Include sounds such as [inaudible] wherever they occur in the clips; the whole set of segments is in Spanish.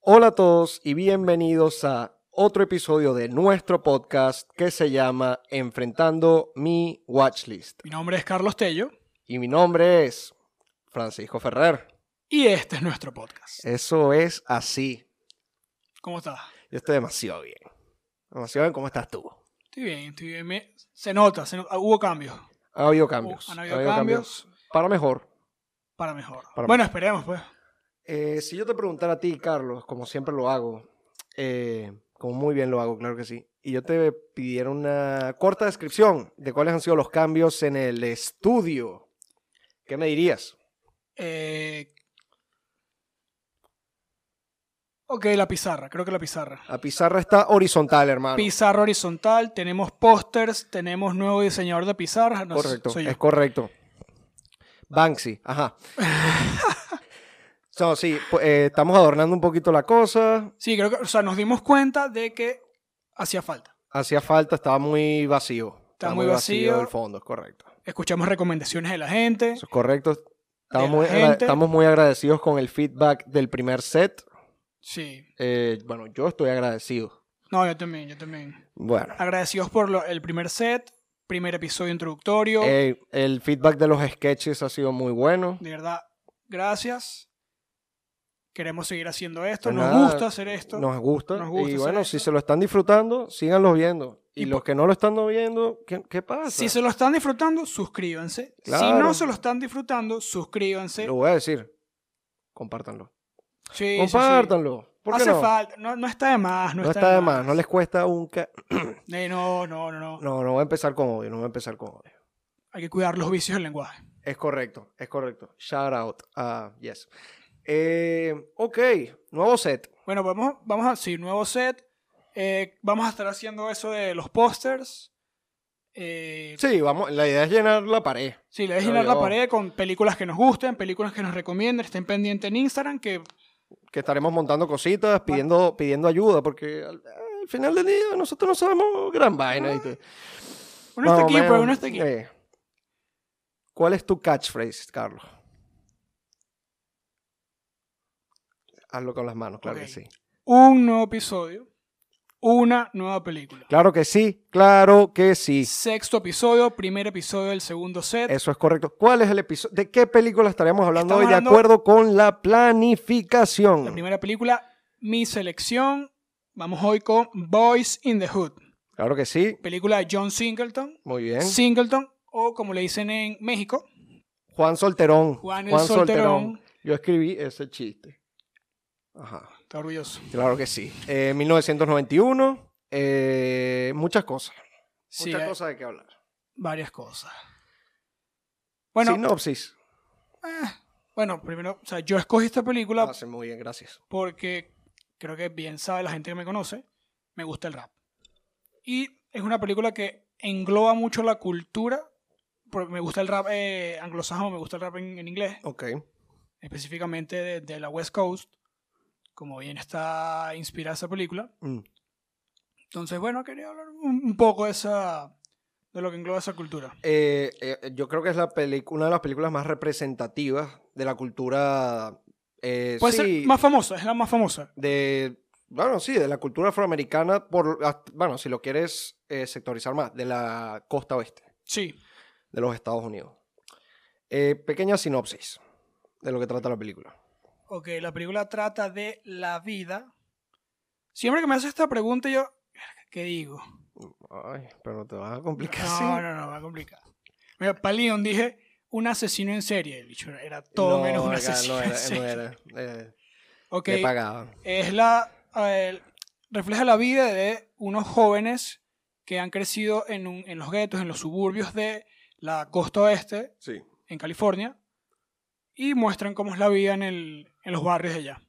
Hola a todos y bienvenidos a otro episodio de nuestro podcast que se llama Enfrentando mi Watchlist. Mi nombre es Carlos Tello Y mi nombre es Francisco Ferrer. y este es nuestro podcast. Eso es así. ¿Cómo estás? Yo estoy demasiado bien. Demasiado bien, ¿cómo estás tú? Estoy bien, estoy bien. Me- Se nota, se nota- hubo cambios. Ha habido cambios. han habido cambios. Para mejor. Para mejor. Para bueno, esperemos pues. Eh, si yo te preguntara a ti, Carlos, como siempre lo hago, eh, como muy bien lo hago, claro que sí, y yo te pidiera una corta descripción de cuáles han sido los cambios en el estudio, ¿qué me dirías? Eh, Ok, la pizarra, creo que la pizarra. La pizarra está horizontal, hermano. Pizarra horizontal, tenemos pósters, tenemos nuevo diseñador de pizarras. no sé, correcto, soy yo. es correcto. Banksy, [laughs] ajá. So, sí, pu- eh, estamos adornando un poquito la cosa, Sí, creo que, o sea, nos dimos cuenta de que hacía falta. hacía falta, estaba muy vacío. estaba muy vacío. el fondo, es correcto. Escuchamos recomendaciones de la gente. Eso es correcto. Estamos la muy, agra- gente. estamos muy agradecidos con el feedback del primer set. Sí. Eh, bueno, yo estoy agradecido. No, yo también, yo también. Bueno. Agradecidos por lo- el primer set, primer episodio introductorio. eh, el feedback de los sketches ha sido muy bueno. De verdad, gracias. Queremos seguir haciendo esto. Pues Nos nada, gusta hacer esto. Nos gusta. Nos gusta y hacer bueno, esto. si se lo están disfrutando, síganlo viendo. Y, Y los po- que no lo están viendo, ¿qué, qué pasa? Si se lo están disfrutando, suscríbanse. Si Claro. no se lo están disfrutando, suscríbanse. Lo voy a decir. Compártanlo. Sí, sí, sí. Compártanlo. ¿Por qué Hace no? falta. No, no está de más. No, no está de más. No les cuesta un... ca- Eh, no, no, no, no. No, no voy a empezar con odio. No voy a empezar con odio. Hay que cuidar los vicios del lenguaje. Es correcto, es correcto. Shout out. Ah, yes. Eh, ok, nuevo set. Bueno, vamos, vamos a. Sí, nuevo set. Eh, vamos a estar haciendo eso de los pósters. Eh, Sí, vamos, la idea es llenar la pared. Sí, le voy a Claro, llenar la ya va. pared con películas que nos gusten, películas que nos recomienden. Estén pendientes en Instagram, que Que estaremos montando cositas, pidiendo, pidiendo ayuda, porque al, al final del día nosotros no sabemos gran vaina. ¿viste? Ah, uno está Más o aquí, pero menos. uno está aquí. Eh, ¿Cuál es tu catchphrase, Carlos? Hazlo con las manos, claro Ok. que sí. Un nuevo episodio, una nueva película. Claro que sí, claro que sí. Sexto episodio, primer episodio del segundo set. Eso es correcto. ¿Cuál es el episodio? ¿De qué película estaremos hablando Estamos hoy de hablando- acuerdo con la La planificación? primera película, mi selección. Vamos hoy con Boys in the Hood, Claro que sí. película de John Singleton. Muy bien. Singleton, o como le dicen en México, Juan Solterón. Juan el Solterón. Yo escribí ese chiste. Ajá. Está orgulloso. Claro que sí. Eh, 1991. eh, muchas cosas. Sí, eh. muchas hay cosas de qué hablar. varias cosas. Bueno, Sinopsis. eh, bueno, primero, o sea, yo escogí esta película Hace Ah, muy bien, gracias. porque creo que bien sabe la gente que me conoce, me gusta el rap. Y es una película que engloba mucho la cultura. porque Me gusta el rap eh, anglosajón, me gusta el rap en, en inglés, Ok. específicamente de, de la West Coast, como bien está inspirada esa película. Mm. Entonces, bueno, quería hablar un, un poco de, esa, de lo que engloba esa cultura. Eh, eh, yo creo que es la pelic- una de las películas más representativas de la cultura. eh, Puede sí, ser más famosa, es la más famosa. de, bueno, sí, de la cultura afroamericana, por, hasta- bueno, si lo quieres eh, sectorizar más, de la costa oeste Sí, de los Estados Unidos. Eh, pequeña sinopsis de lo que trata la película. Ok, la película trata de la vida. Siempre que me haces esta pregunta, yo. "Verga, ¿Qué digo? Ay, pero te vas a complicar. sí. No, no, no, va complicado. Mira, para Leon dije un asesino en serie. El bicho era todo No, menos un acá asesino No en era, serie. no era. eh, Ok, le pagaban. es la. eh, refleja la vida de unos jóvenes que han crecido en, un- en los guetos, en los suburbios de la costa oeste, Sí. en California, y muestran cómo es la vida en, el, en los barrios de allá.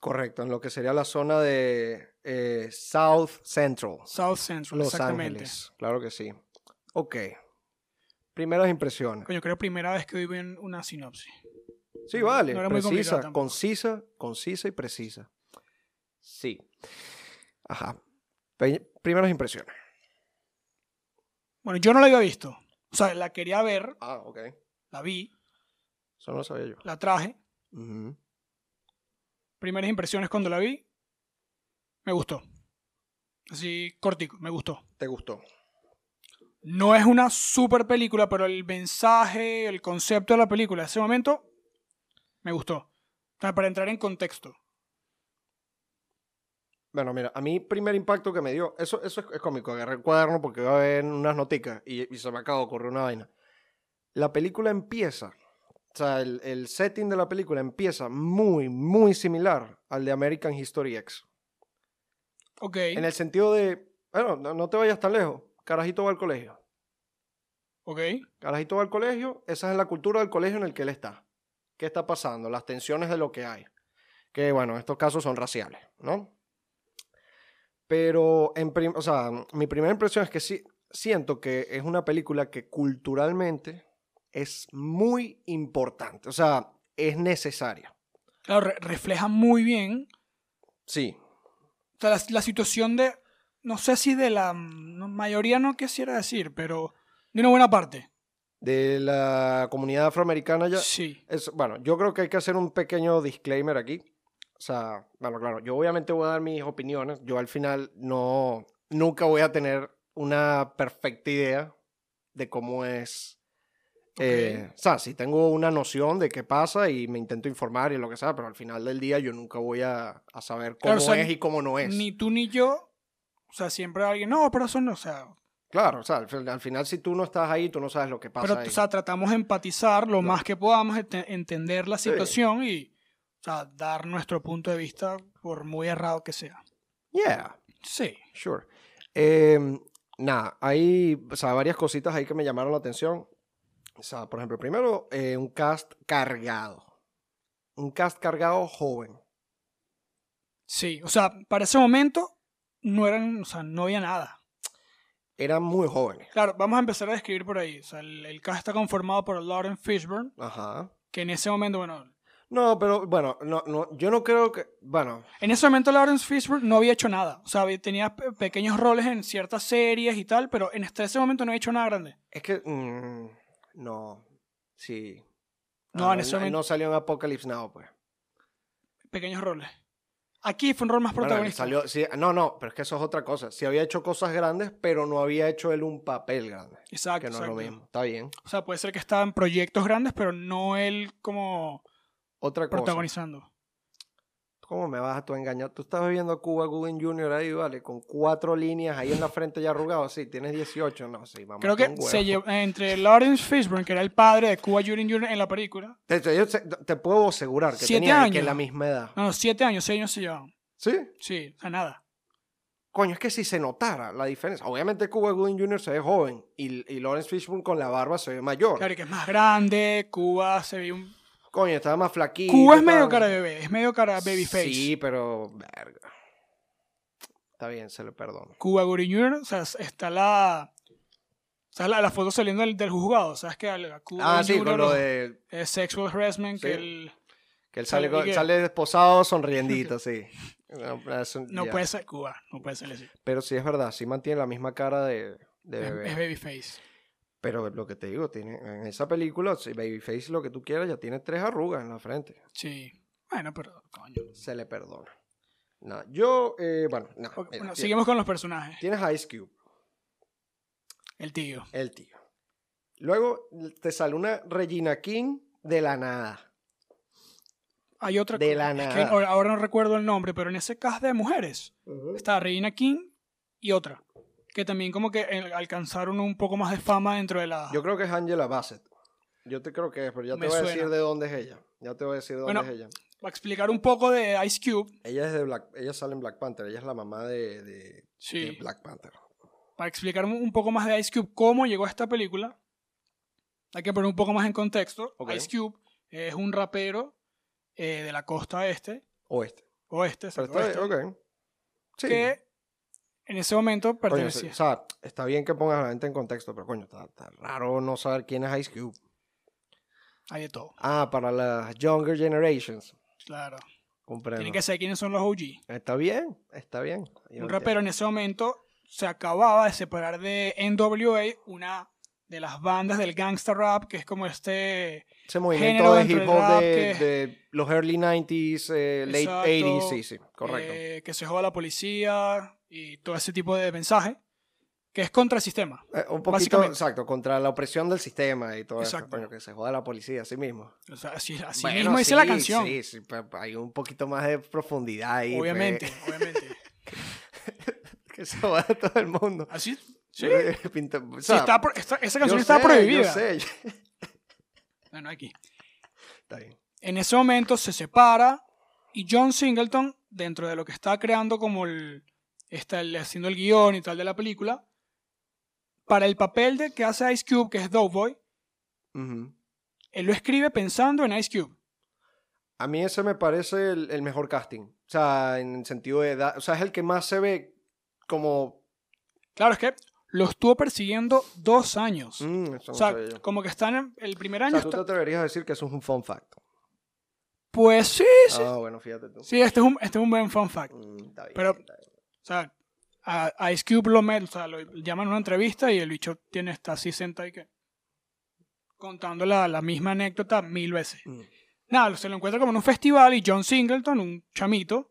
Correcto, en lo que sería la zona de eh, South Central, South Central, Los exactamente. Ángeles. Claro que sí. Ok. Primeras impresiones. Coño, creo que primera vez que hoy ven una sinopsis. Sí, vale. No era muy complicado precisa, tampoco. concisa, concisa y precisa. Sí. Ajá. Pe- primeras impresiones. Bueno, yo no la había visto. O sea, la quería ver, Ah, ok. la vi, Eso no lo sabía yo. la traje. Primeras impresiones cuando la vi, Me gustó. Así, cortico, me gustó. ¿Te gustó? No es una super película, pero el mensaje, el concepto de la película, ese momento, me gustó. O sea, para entrar en contexto. Bueno, mira, a mí primer impacto que me dio, eso, eso es, es cómico, agarré el cuaderno porque iba a ver unas noticas y, y se me acaba de ocurrir una vaina. La película empieza, o sea, el, el setting de la película empieza muy, muy similar al de American History X. Ok. En el sentido de, bueno, no, no te vayas tan lejos, carajito va al colegio. Ok. Carajito va al colegio, esa es la cultura del colegio en el que él está. ¿Qué está pasando? Las tensiones de lo que hay. Que bueno, estos casos son raciales, ¿no? Pero, en prim- o sea, mi primera impresión es que sí, siento que es una película que culturalmente es muy importante, o sea, es necesaria. Claro, re- refleja muy bien Sí, o sea, la, la situación de, no sé si de la mm, no- mayoría no quisiera decir, pero de una buena parte. de la comunidad afroamericana ya. Sí. Es, bueno, yo creo que hay que hacer un pequeño disclaimer aquí. O sea, bueno, claro, yo obviamente voy a dar mis opiniones. Yo al final no, nunca voy a tener una perfecta idea de cómo es. eh, o sea, sí tengo una noción de qué pasa y me intento informar y lo que sea, pero al final del día yo nunca voy a, a saber cómo Claro, o sea, es y cómo no es. Ni tú ni yo, o sea, siempre alguien, no, pero eso no, o sea, Claro, o sea, al, fin- al final si tú no estás ahí, tú no sabes lo que pasa. pero, ahí. o sea, tratamos de empatizar lo Claro. más que podamos, ent- entender la Sí. situación y, o sea, dar nuestro punto de vista por muy errado que sea. Yeah. Sí. Sure. Em, nada, hay o sea, varias cositas ahí que me llamaron la atención. O sea, por ejemplo, primero, eh, un cast cargado. Un cast cargado joven. Sí, o sea, para ese momento no eran, o sea, no había nada. Eran muy jóvenes. Claro, vamos a empezar a describir por ahí. O sea, el, el cast está conformado por Lauren Fishburne, Ajá. que en ese momento, bueno, No, pero bueno, no, no, yo no creo que. Bueno, en ese momento Lauren Fishburne no había hecho nada. O sea, había- tenía pe- pequeños roles en ciertas series y tal, pero en este- ese momento no había hecho nada grande. es que. mm, no. Sí. No, Ah, en ese no, momento, no salió en Apocalypse Now, pues. pequeños roles. Aquí fue un rol más Bueno, protagonista. salió, sí, no, no, pero es que eso es otra cosa. Sí había hecho cosas grandes, pero no había hecho él un papel grande. exacto, Que no es lo exacto. mismo. Está bien. O sea, puede ser que estaba en proyectos grandes, pero no él como Otra cosa. protagonizando. ¿Cómo me vas a tú a engañar? Tú estabas viendo a Cuba Gooden Jr. ahí, vale, con cuatro líneas ahí en la frente ya arrugado. Sí, tienes 18, no, sí, mamá. Creo que se llevó entre Lawrence Fishburne, que era el padre de Cuba Jr. Jr. en la película. Te, te- yo sé- te puedo asegurar que Siete tenía que años. Ah. la misma edad. No, no, siete años, seis años se llevaban. ¿Sí? Sí, o sea, nada. Coño, es que si se notara la diferencia. Obviamente Cuba Gooden Jr. se ve joven y, y Lawrence Fishburne con la barba se ve mayor. Claro, y que es más grande, Cuba se ve un... Coño, estaba más flaquito. Cuba es tal. medio cara bebé, es medio cara babyface. Sí, pero... Verga. Está bien, se lo perdono. Cuba Gooding Jr., o sea, está la... o sea, la, la foto saliendo del, del juzgado, ¿sabes qué? Al- Cuba Ah, sí, Jr. con lo los- de... eh, sexual harassment, que Sí. él... Que él Sale sale, con- Miguel. sale desposado, sonriendito, sí. [laughs] No, es un- No pues. ya. puede ser Cuba, no puede ser así. Pero sí es verdad, sí mantiene la misma cara de, de Es, bebé. es babyface. Pero lo que te digo, tiene, en esa película, si Babyface lo que tú quieras, ya tiene tres arrugas en la frente. Sí. Bueno, pero coño. Se le perdona. No, yo, eh, bueno, no, Ok, mira, bueno, ti- seguimos con los personajes. Tienes a Ice Cube, El tío. el tío. Luego te sale una Regina King de la nada. Hay otra De co- la es que nada. ahora- ahora no recuerdo el nombre, pero en ese cast de mujeres está Regina King y otra. Que también como que eh, alcanzaron un poco más de fama dentro de la... Yo creo que es Angela Bassett. Yo te creo que es, pero ya te Me voy a suena. decir de dónde es ella. Ya te voy a decir de dónde Bueno. es ella. Para explicar un poco de Ice Cube. Ella es de Black, ella sale en Black Panther, ella es la mamá de, de- de Sí. Black Panther. Para explicar un- un poco más de Ice Cube cómo llegó a esta película. Hay que poner un poco más en contexto. Ok. Ice Cube es un rapero eh, de la costa este. Oeste. Oeste, Pero exacto, está oeste, bien, ok. Sí. que en ese momento Coño, pertenecía. o sea, está bien que pongas a la gente en contexto, pero coño, está, está raro no saber quién es Ice Cube. Hay de todo, Ah, para las younger generations. claro. Comprendo. Tienen que saber quiénes son los OG. Está bien, está bien. Yo Un entiendo. rapero en ese momento se acababa de separar de NWA, una de las bandas del gangsta rap, que es como este... Ese género movimiento de dentro hip del hop rap de, que- de los early 90s, eh, late Exacto. 80s, sí, sí, correcto. eh, que se joda la policía y todo ese tipo de mensaje, que es contra el sistema. Eh, un poquito, básicamente. exacto, contra la opresión del sistema y todo eso, Exacto. coño, que se joda la policía, así mismo. O sea, así, así Bueno, mismo dice sí, la canción. Sí, sí, pa- pa- hay un poquito más de profundidad ahí. pues, obviamente, obviamente. [laughs] que se joda todo el mundo. Así, sí. [laughs] Pinta- o Sí, sea, está pro- esta- esa yo canción está sé, yo prohibida. sé. [laughs] Bueno, aquí. Está bien. En ese momento se separa y John Singleton, dentro de lo que está creando como el, está el- haciendo el guión y tal de la película, para el papel de que hace Ice Cube, que es Doughboy, Ujú. él lo escribe pensando en Ice Cube. A mí ese me parece el, el mejor casting. O sea, en el sentido de edad. O sea, es el que más se ve como. Claro, es que lo estuvo persiguiendo dos años. mm, eso o no sea, sabía yo. O como que están en el primer sea, año. tú te está- atreverías a decir que eso es un fun fact. Pues sí, sí. Ah, bueno, fíjate tú. Sí, este es, un, este es un buen fun fact. O Mm, está bien, Pero- está bien. sea, a a Ice Cube lo, met- o sea, lo llaman a una entrevista y el bicho tiene, está así sentado y que. contando la, la misma anécdota mil veces. Mm. Nada, se lo encuentra como en un festival y John Singleton, un chamito,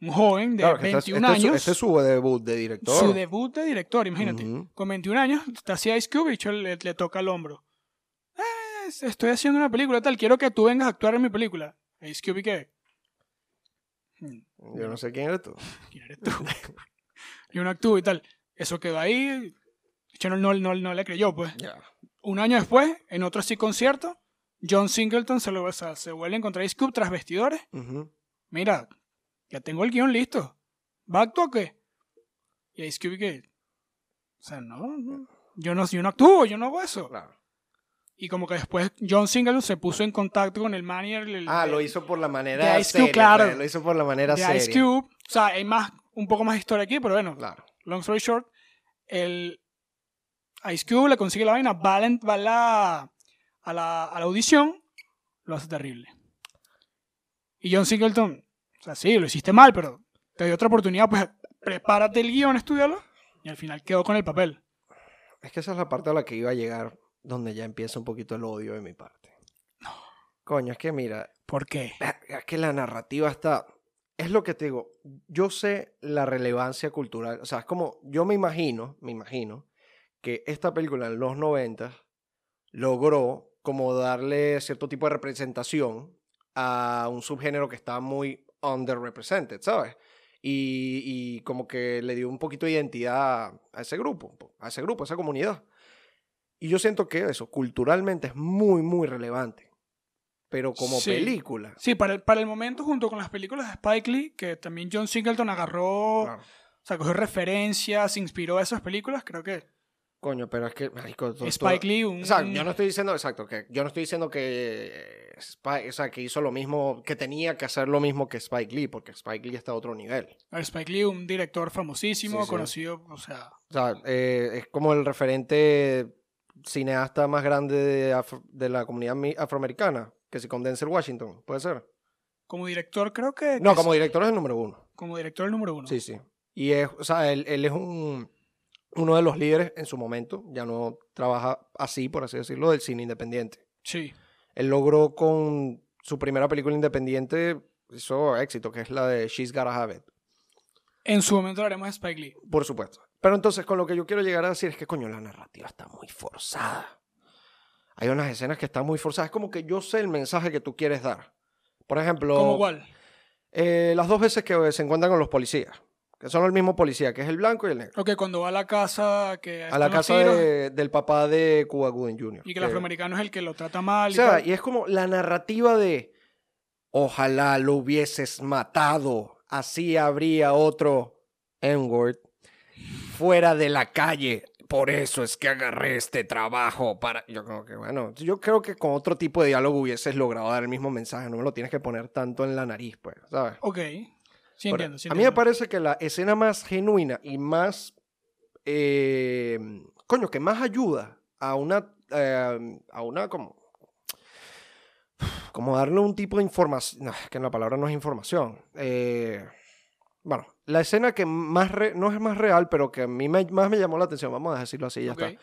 un joven de Claro, que este es- este 21 es su- años, Este es su debut de director. su debut de director, imagínate. Ujú. Con 21 años, está así Ice Cube y bicho le, le toca el hombro. "Eh, estoy haciendo una película tal, quiero que tú vengas a actuar en mi película. Ice Cube y que. "Mm, Yo no sé quién eres tú. ¿Quién eres tú? [laughs] y uno actúa y tal. Eso quedó ahí. Yo no, no, no, no le creyó, pues. Ya. Un año después, en otro sí concierto, John Singleton se, lo, o sea, se vuelve a encontrar Ice Cube tras vestidores. Ujú. Mira, ya tengo el guión listo. ¿Va a actuar o qué? Y Ice Cube que... O sea, no, no. Yo no, yo no actúo, yo no hago eso. Claro. Y como que después John Singleton se puso en contacto con el manager. el- Ah, lo el- hizo por la manera de Ice Cube, seria, claro. pues, Lo hizo por la manera de Ice seria. Cube. O sea, hay más, un poco más de historia aquí, pero bueno, Claro. long story short, el Ice Cube le consigue la vaina, va, a la- va a la- a, la, a la audición, lo hace terrible. Y John Singleton, o sea, sí, lo hiciste mal, pero te doy otra oportunidad, pues prepárate el guión, estudialo, y al final quedó con el papel. Es que esa es la parte a la que iba a llegar, donde ya empieza un poquito el odio de mi parte. Coño, es que mira, ¿Por qué? Verga, Eh, Es que la narrativa está. Es lo que te digo. Yo sé la relevancia cultural. O sea, es como. Yo me imagino, me imagino, que esta película en los 90 logró como darle cierto tipo de representación a un subgénero que estaba muy underrepresented, ¿sabes? Y, y como que le dio un poquito de identidad a ese grupo, a ese grupo, a esa comunidad. Y yo siento que eso culturalmente es muy, muy relevante. Pero como Sí. película, Sí, para el, para el momento, junto con las películas de Spike Lee, que también John Singleton agarró, Claro. o sea, cogió referencias, se inspiró de esas películas, creo que Coño, pero es que. marico, tú- tú- Spike Lee, mm. un... O sea, yo no estoy diciendo, exacto, que yo no estoy diciendo que eh, Spike, o sea, que hizo lo mismo, que tenía que hacer lo mismo que Spike Lee, porque Spike Lee está a otro nivel. A ver, Spike Lee, un director famosísimo, Sí, sí. conocido, o sea, O sea, eh, es como el referente cineasta más grande de, afro- de la comunidad mi- afroamericana, que si con Denzel Washington, puede ser. como director creo que... No, que como es- director es el número uno. como director el número uno. Sí, sí. Y es, o sea, él, él es un, uno de los líderes en su momento, ya no trabaja así, por así decirlo, del cine independiente. Sí. Él logró con su primera película independiente, hizo éxito, que es la de She's Gotta Have It, En su momento hablaremos de Spike Lee. por supuesto. Pero entonces, con lo que yo quiero llegar a decir es que, coño, la narrativa está muy forzada. Hay unas escenas que están muy forzadas. Es como que yo sé el mensaje que tú quieres dar. Por ejemplo, ¿Como cuál? eh, las dos veces que se encuentran con los policías, que son el mismo policía, que es el blanco y el negro. Creo que cuando va a la casa que... A están la los casa tiros de- del papá de Cuba Gooding Jr. Y que el afroamericano es el que lo trata O mal. y sea, tal. y es como la narrativa de ojalá lo hubieses matado, así habría otro N-word fuera de la calle. Por eso es que agarré este trabajo para yo creo que bueno, yo creo que con otro tipo de diálogo hubieses logrado dar el mismo mensaje, no me lo tienes que poner tanto en la nariz, pues, ¿sabes? Ok. Sí Por- entiendo, sí a mí me entiendo. parece que la escena más genuina y más. eh, coño, que más ayuda a una. eh, a una como. Como darle un tipo de información. que la palabra no es información. eh, bueno, la escena que más re- no es más real, pero que a mí me- más me llamó la atención, vamos a decirlo así, ya Ok. está.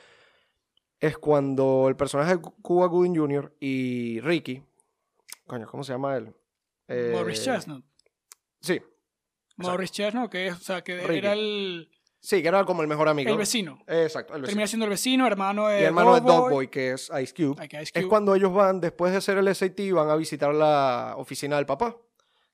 es cuando el personaje de Cuba Gooding Jr. y Ricky, coño, ¿cómo se llama él? Eh, Morris Chestnut. Sí, Morris Chestnut, que, es- o sea, que Ricky. era el, sí, que era como el mejor amigo. el vecino. Exacto, el vecino. Termina siendo el vecino, hermano de Y hermano de Dogboy. Dogboy, que es Ice Cube. Ay, que Ice Es Cube. cuando ellos van, después de hacer el SAT, van a visitar la oficina del papá,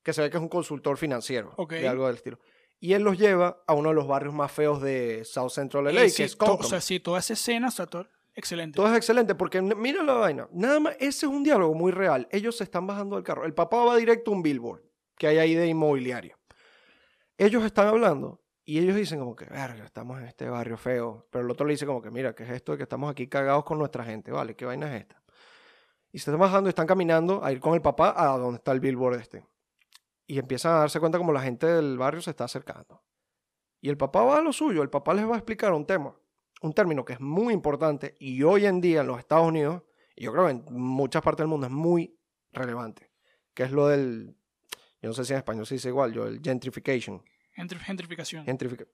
que se ve que es un consultor financiero, Ok. de algo del estilo. Y él los lleva a uno de los barrios más feos de South Central Eh, LA, sí, que es to- Compton. O sea, sí, toda esa escena, o sea, todo- excelente. Todo es excelente, porque n- mira la vaina. Nada más, ese es un diálogo muy real. Ellos se están bajando del carro. El papá va directo a un billboard que hay ahí de inmobiliario. Ellos están hablando y ellos dicen como que, verga, estamos en este barrio feo. Pero el otro le dice como que, mira, ¿qué es esto de que estamos aquí cagados con nuestra gente? Vale, ¿qué vaina es esta? Y se están bajando y están caminando a ir con el papá a donde está el billboard este. Y empiezan a darse cuenta como la gente del barrio se está acercando. Y el papá va a lo suyo, el papá les va a explicar un tema un término que es muy importante y hoy en día en los Estados Unidos, y yo creo que en muchas partes del mundo es muy relevante, que es lo del, yo no sé si en español se dice igual, yo, el gentrification. Gentri- Gentrificación. Gentrifica-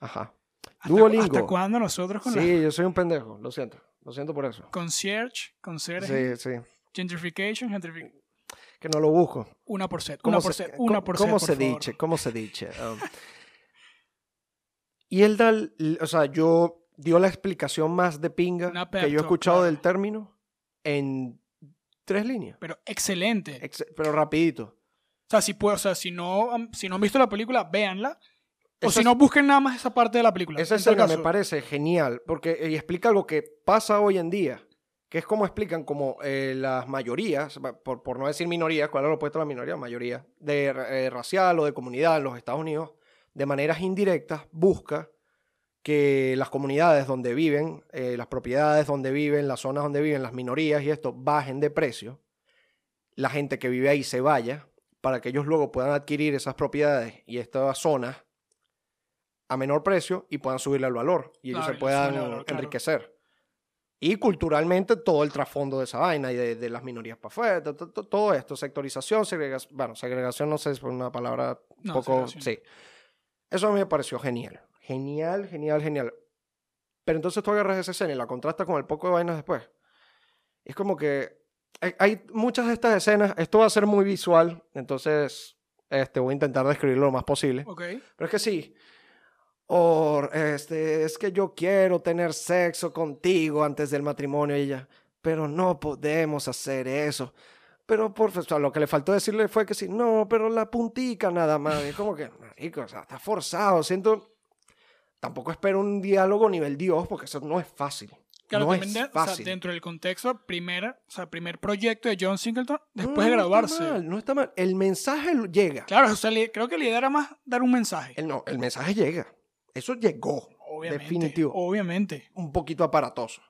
Ajá. ¿Hasta, Duolingo. ¿Hasta cuándo nosotros con la Sí, yo soy un pendejo, lo siento, lo siento por eso. concierge, concierge, Sí, sí, gentrification, gentrific- que no lo busco. Una por set, ¿Cómo una por se- set, una cómo- por set, ¿Cómo por se favor. dice? ¿Cómo se dice? Um, y él da, el- o sea, yo dio la explicación más de pinga Una que pep yo he talk, escuchado claro. del término en tres líneas, Pero excelente. Ex- pero rapidito. O sea, si, puede, o sea, si, no, han- si no han visto la película, véanla. O Esa si no, busquen nada más esa parte de la película. Esa En todo escena me caso, parece genial, porque eh, explica algo que pasa hoy en día, que es como explican como eh, las mayorías, va- por, por no decir minorías, ¿cuál es lo opuesto a la minoría? Mayoría, de ra- eh, racial o de comunidad en los Estados Unidos, de maneras indirectas, busca que las comunidades donde viven, eh, las propiedades donde viven, las zonas donde viven, las minorías y esto, bajen de precio, la gente que vive ahí se vaya, para que ellos luego puedan adquirir esas propiedades y estas zonas a menor precio y puedan subirle el valor y ellos se Claro, y le suben puedan el valor, claro. enriquecer. Y culturalmente todo el trasfondo de esa vaina y de, de las minorías para afuera, to- to- to- todo esto, sectorización, segregación, bueno, segregación no sé si es una palabra un No, poco, segregación. sí. Eso a mí me pareció genial, genial, genial, genial. Pero entonces tú agarras esa escena y la contrastas con el poco de vainas después. Es como que hay, hay muchas de estas escenas, esto va a ser muy visual, entonces este, voy a intentar describirlo lo más posible. Ok. Pero es que sí. O este, es que yo quiero tener sexo contigo antes del matrimonio y ella. Pero no podemos hacer eso. Pero por o sea, lo que le faltó decirle fue que sí, no, pero la puntica nada más. Y es como que, marico, o sea, está forzado. Siento. Tampoco espero un diálogo nivel Dios, porque eso no es fácil. Claro, no también es de- o sea, fácil. dentro del contexto, primera, o sea, primer proyecto de John Singleton después No, de No está graduarse. mal, no está mal. El mensaje lo- llega. Claro, o sea, li- creo que la idea era más dar un mensaje. El, no, el mensaje llega. Eso llegó. obviamente. definitivo. Obviamente. un poquito aparatoso.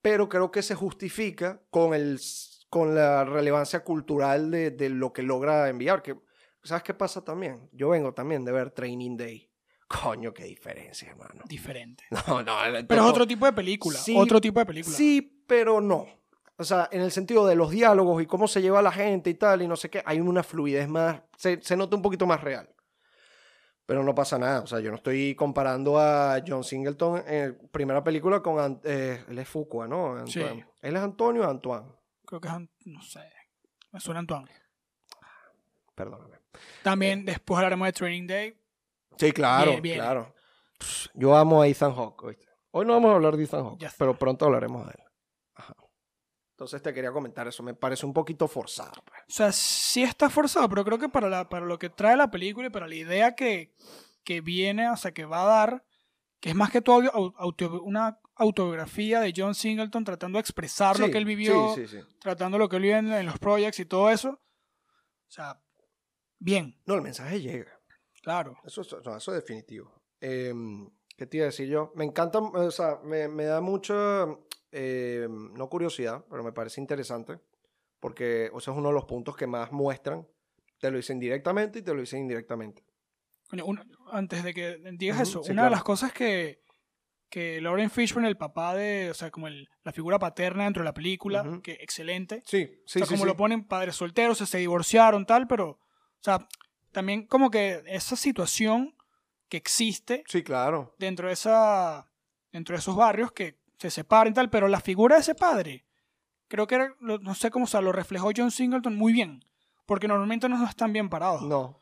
Pero creo que se justifica con, el, s- con la relevancia cultural de, de lo que logra enviar. Que, ¿Sabes qué pasa también? Yo vengo también de ver Training Day. [laughs] Coño, qué diferencia, hermano. [laughs] Diferente. No, no, el- Pero todo- es otro tipo de película. Sí, otro tipo de película. Sí, pero no. O sea, en el sentido de los diálogos y cómo se lleva la gente y tal, y no sé qué, hay una fluidez más, se, se nota un poquito más real. Pero no pasa nada. O sea, yo no estoy comparando a John Singleton en la primera película con... An- eh, él es Fuqua, ¿no? Sí. Antoine. Él es Antonio Antoine. Creo que es, Ant- no sé. Me suena Antoine. Perdóname. También después hablaremos de Training Day. Sí, claro, Bien, bien. claro. Pff, Yo amo a Ethan Hawke. ¿oíste? Hoy no vamos a hablar de Ethan Hawke, Ya está. pero pronto hablaremos de él. Ajá. Entonces te quería comentar eso. Me parece un poquito forzado. pues. O sea, sí está forzado, pero creo que para, la, para lo que trae la película y para la idea que, que viene, o sea, que va a dar, que es más que todo au- auto- una autobiografía de John Singleton tratando de expresar lo Sí, que él vivió, Sí, sí, sí. tratando lo que él vivió en, en los projects y todo eso. O sea, bien, No, el mensaje llega. claro. Eso, es- no, eso es definitivo. Eh, ¿Qué te iba a decir yo? Me encanta, o sea, me, me da mucha, eh, no curiosidad, pero me parece interesante, porque ese es uno de los puntos que más muestran. Te lo dicen directamente y te lo dicen indirectamente. Coño, una- antes de que digas Ujú, eso, sí, una claro. de las cosas que, que Lauren Fishburne, el papá de, o sea, como el- la figura paterna dentro de la película, Ujú. que excelente, Sí, sí, o sea, sí. como sí. lo ponen padres solteros, se, se divorciaron, tal, pero, o sea, también como que esa situación que existe Sí, claro. dentro de esa, dentro de esos barrios que se separan y tal, pero la figura de ese padre, creo que era, lo- no sé cómo, o sea, lo reflejó John Singleton muy bien, porque normalmente no están bien parados. No.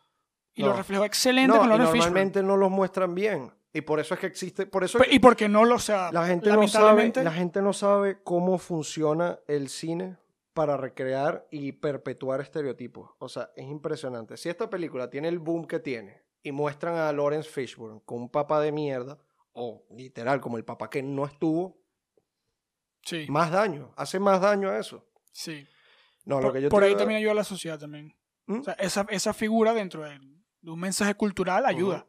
y no. lo reflejó excelente No, con y Lawrence Fishburne. normalmente no los muestran bien. Y por eso es que existe, por eso es Pe- Y porque no lo, o sea, La gente, no sabe, lamentablemente, la gente no sabe cómo funciona el cine para recrear y perpetuar estereotipos. O sea, es impresionante. Si esta película tiene el boom que tiene y muestran a Lawrence Fishburne con un papá de mierda, o literal, como el papá que no estuvo, sí, más daño. Hace más daño a eso. sí. No, lo Por, que yo por te- ahí también ayuda a la sociedad también. ¿Mm? O sea, esa, esa figura dentro de, de un mensaje cultural ayuda.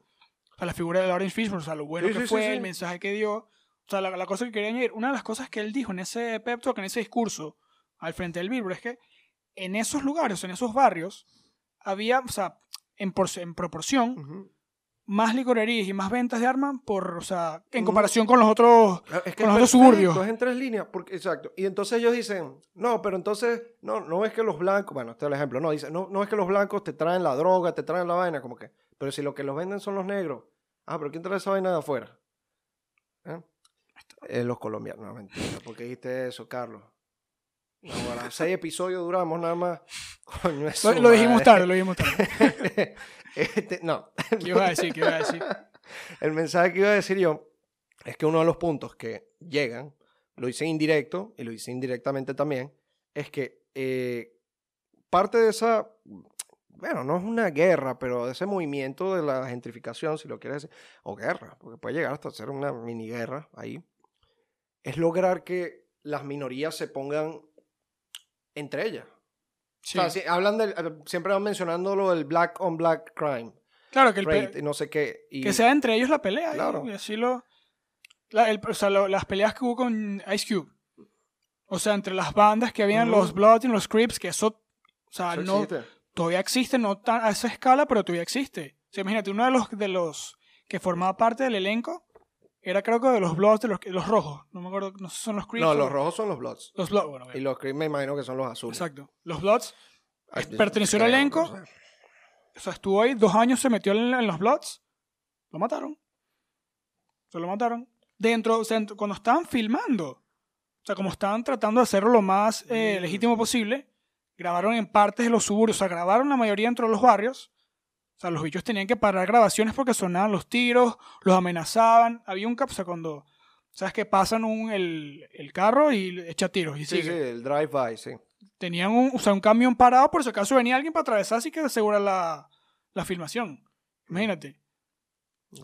O sea, la figura de Lawrence Fishburne, o sea, lo bueno Sí, que sí, sí, fue, sí. el mensaje que dio. O sea, la, la cosa que quería añadir, una de las cosas que él dijo en ese pep talk, en ese discurso, al frente del Billboard, es que en esos lugares, en esos barrios, había, o sea, en, por- en proporción, Ujú. Mm. más licorerías y más ventas de armas por, o sea, en Ujú. comparación con los otros... Claro, Ah, Es que Con es los dos perfecto, suburbios. Es en tres líneas, porque, exacto. Y entonces ellos dicen, no, pero entonces, no, no es que los blancos, bueno, este es el ejemplo, no, dicen, no, no es que los blancos te traen la droga, te traen la vaina, como que, pero si lo que los venden son los negros, ah, pero ¿quién trae esa vaina de afuera? ¿Eh? Eh, los colombianos, no, mentira, porque dijiste eso, Carlos. No, ahora, seis episodios duramos nada más. [laughs] Coño, es Lo, su lo dijimos madre. tarde, lo dijimos tarde. [laughs] Este, no, [laughs] ¿Qué iba a decir? ¿Qué iba a [laughs] decir? el mensaje que iba a decir yo es que uno de los puntos que llegan, lo hice indirecto y lo hice indirectamente también, es que eh, parte de esa, bueno, no es una guerra, pero de ese movimiento de la gentrificación, si lo quieres decir, o guerra, porque puede llegar hasta ser una mini guerra ahí, es lograr que las minorías se pongan entre ellas. Sí. O sea, si- hablan del- siempre van mencionando lo del black on black crime, Claro que el, pe- rate, y no sé qué. Y, Que sea entre ellos la pelea. Claro. Claro. Y así lo. la- el- o sea, lo- las peleas que hubo con Ice Cube. O sea, entre las bandas que habían Ujú. los Bloods y los Crips, que eso. O sea, eso no, existe. todavía existe, no tan, a esa escala, pero todavía existe. O sea, imagínate, uno de los, de los que formaba parte del elenco era, creo que, de los Bloods, de los, los rojos. No me acuerdo, no sé si son los Crips. No, o- los rojos son los Bloods. Los Bloods, bueno, ok. Y los Cream me imagino que son los azules. exacto. Los Bloods, Ah, perteneció al creo, elenco. no sé. o sea, estuvo ahí dos años, se metió en, en los Bloods, lo mataron. Se lo mataron. Dentro, o sea, ent- cuando estaban filmando, o sea, como estaban tratando de hacerlo lo más eh, Mm. legítimo posible, grabaron en partes de los suburbios, o sea, grabaron la mayoría dentro de los barrios. O sea, los bichos tenían que parar grabaciones porque sonaban los tiros, los amenazaban. Había un cap, o sea, cuando, ¿sabes que Pasan un, el, el carro y echa tiros y Sí, sí, sigue el drive-by, sí. tenían un, o sea, un camión parado por si acaso venía alguien para atravesar, así que asegura la, la filmación. Imagínate.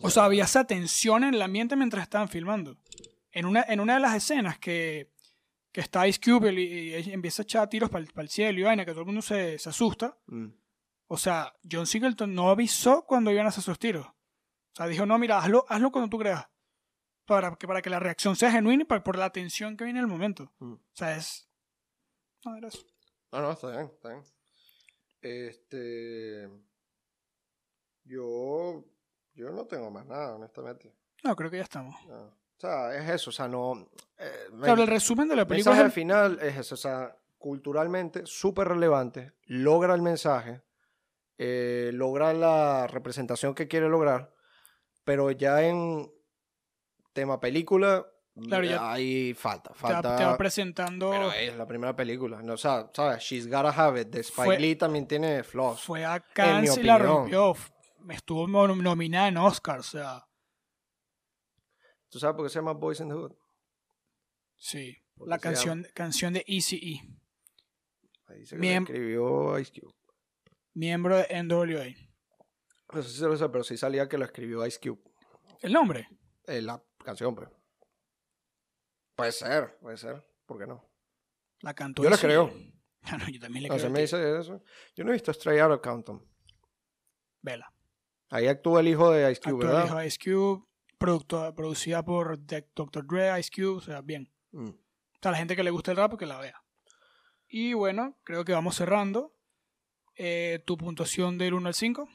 O sea, había esa tensión en el ambiente mientras estaban filmando. En una, en una de las escenas que, que está Ice Cube y, y ella empieza a echar tiros para el, cielo y vaina, que todo el mundo se, se asusta. Mm. O sea, John Singleton no avisó cuando iban a hacer sus tiros. O sea, dijo, no, mira, hazlo, hazlo cuando tú creas. Para que, para que la reacción sea genuina y para- por la tensión que viene en el momento. Mm. O sea, es... No, era eso. No, no, está bien, está bien. Este. Yo. Yo no tengo más nada, honestamente. No, creo que ya estamos. No. O sea, es eso, o sea, no. eh, me- Claro, el resumen de la película mensaje es em, el- final es eso, o sea, culturalmente súper relevante, logra el mensaje, eh, logra la representación que quiere lograr, pero ya en tema película, mm, Claro, ya- Oh. ahí falta, te, va- falta. te va presentando. pero es la primera película, no, o sea, ¿sabes? She's Gotta Have It de Spike Fue- Lee también tiene flaws. Fue a Cannes mi y la opinión. rompió. F- Estuvo mo- nominada en Oscar, o sea, ¿Tú sabes por qué se llama Boys in the Hood? sí. Porque La se llama- canción, canción de E ECE, Ahí dice que la Miem- escribió Ice Cube. miembro de NWA. No sé si se lo sabe, pero sí salía que lo escribió Ice Cube. El nombre, eh, la canción, pues. Puede ser, puede ser. ¿Por qué no? la cantó. Yo la ECE. [laughs] creo. Ah, no, yo también le No, creo. se a me ti. dice eso. Yo no he visto Stray Out of Compton. Vela. Ahí actúa el hijo de Ice Cube, Actor ¿verdad? hijo de Ice Cube, producto- producida por De- Dr. Dre, Ice Cube, o sea, bien. Mm. O sea, la gente que le gusta el rap, que la vea. Y bueno, creo que vamos cerrando. Eh, tu puntuación del 1 al 5.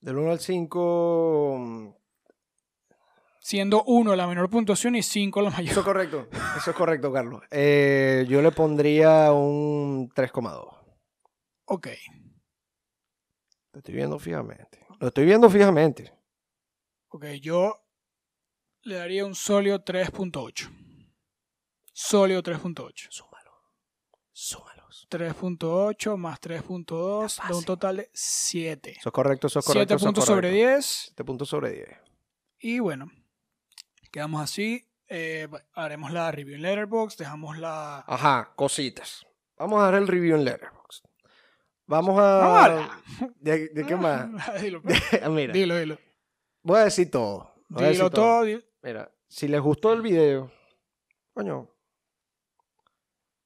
Del 1 al mm, 5. siendo 1 la menor puntuación y 5 la Eso es [laughs] mayor. correcto. Eso es correcto, Carlos. Eh, yo le pondría un 3,2. Ok, Lo estoy viendo fijamente. Lo estoy viendo fijamente. ok, yo le daría un sólido 3.8. Sólido 3.8. Súmalo. Súmalos. 3.8 más 3.2 Está de un fácil. total de 7. Eso es correcto, eso es 7 correcto. eso es puntos sobre correcto. 10. Siete puntos sobre 10. Y bueno, quedamos así. Eh, haremos la review en Letterboxd. Dejamos la. Ajá, cositas. Vamos a dar el review en Letterboxd. Vamos a... Vamos a hablar. ¿De, [laughs] de [laughs] qué más? [laughs] dilo, Mira, dilo, dilo. voy a decir todo. Voy a decir Dilo todo. di- Mira, si les gustó el video, coño.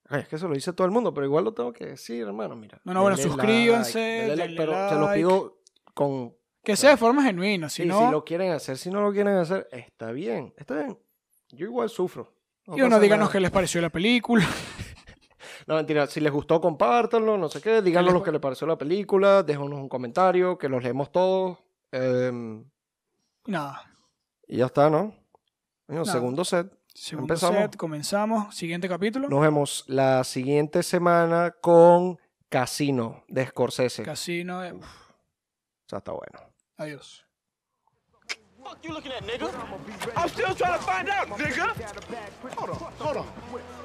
Ay, es que eso lo dice todo el mundo, pero igual lo tengo que decir, hermano. Mira. No, no, bueno, Denle suscríbanse, denle like, denle pero se los like. pido con. Que sea de forma genuina. Si sí, no, si lo quieren hacer, si no lo quieren hacer, está bien, está bien. Yo igual sufro. y uno pasa díganos nada. qué les pareció la película. [laughs] No, mentira, si les gustó, compártanlo, no sé qué. Díganos les- lo que les pareció la película, déjanos un comentario, que los leemos todos. em, Nada. y ya está, ¿no? Coño, Nada. Segundo set. Segundo Empezamos. set, comenzamos. Siguiente capítulo. Nos vemos la siguiente semana con Casino de Scorsese. Casino. eh, o sea, está bueno. Adiós. Fuck you looking at, nigga? I'm still trying to find out, nigga. Hold on, hold on.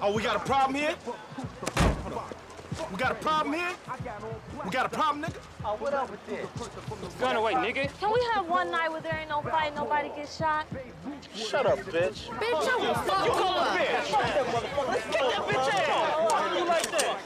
Oh, we got a problem here? Hold on. We got a problem here? We got a problem, nigga? Oh, what up with this? Gun away, nigga. Can we have one night where there ain't no fight, nobody gets shot? Shut up, bitch. Bitch, I will fuck You little bitch. Let's kick that bitch ass. Why you like that?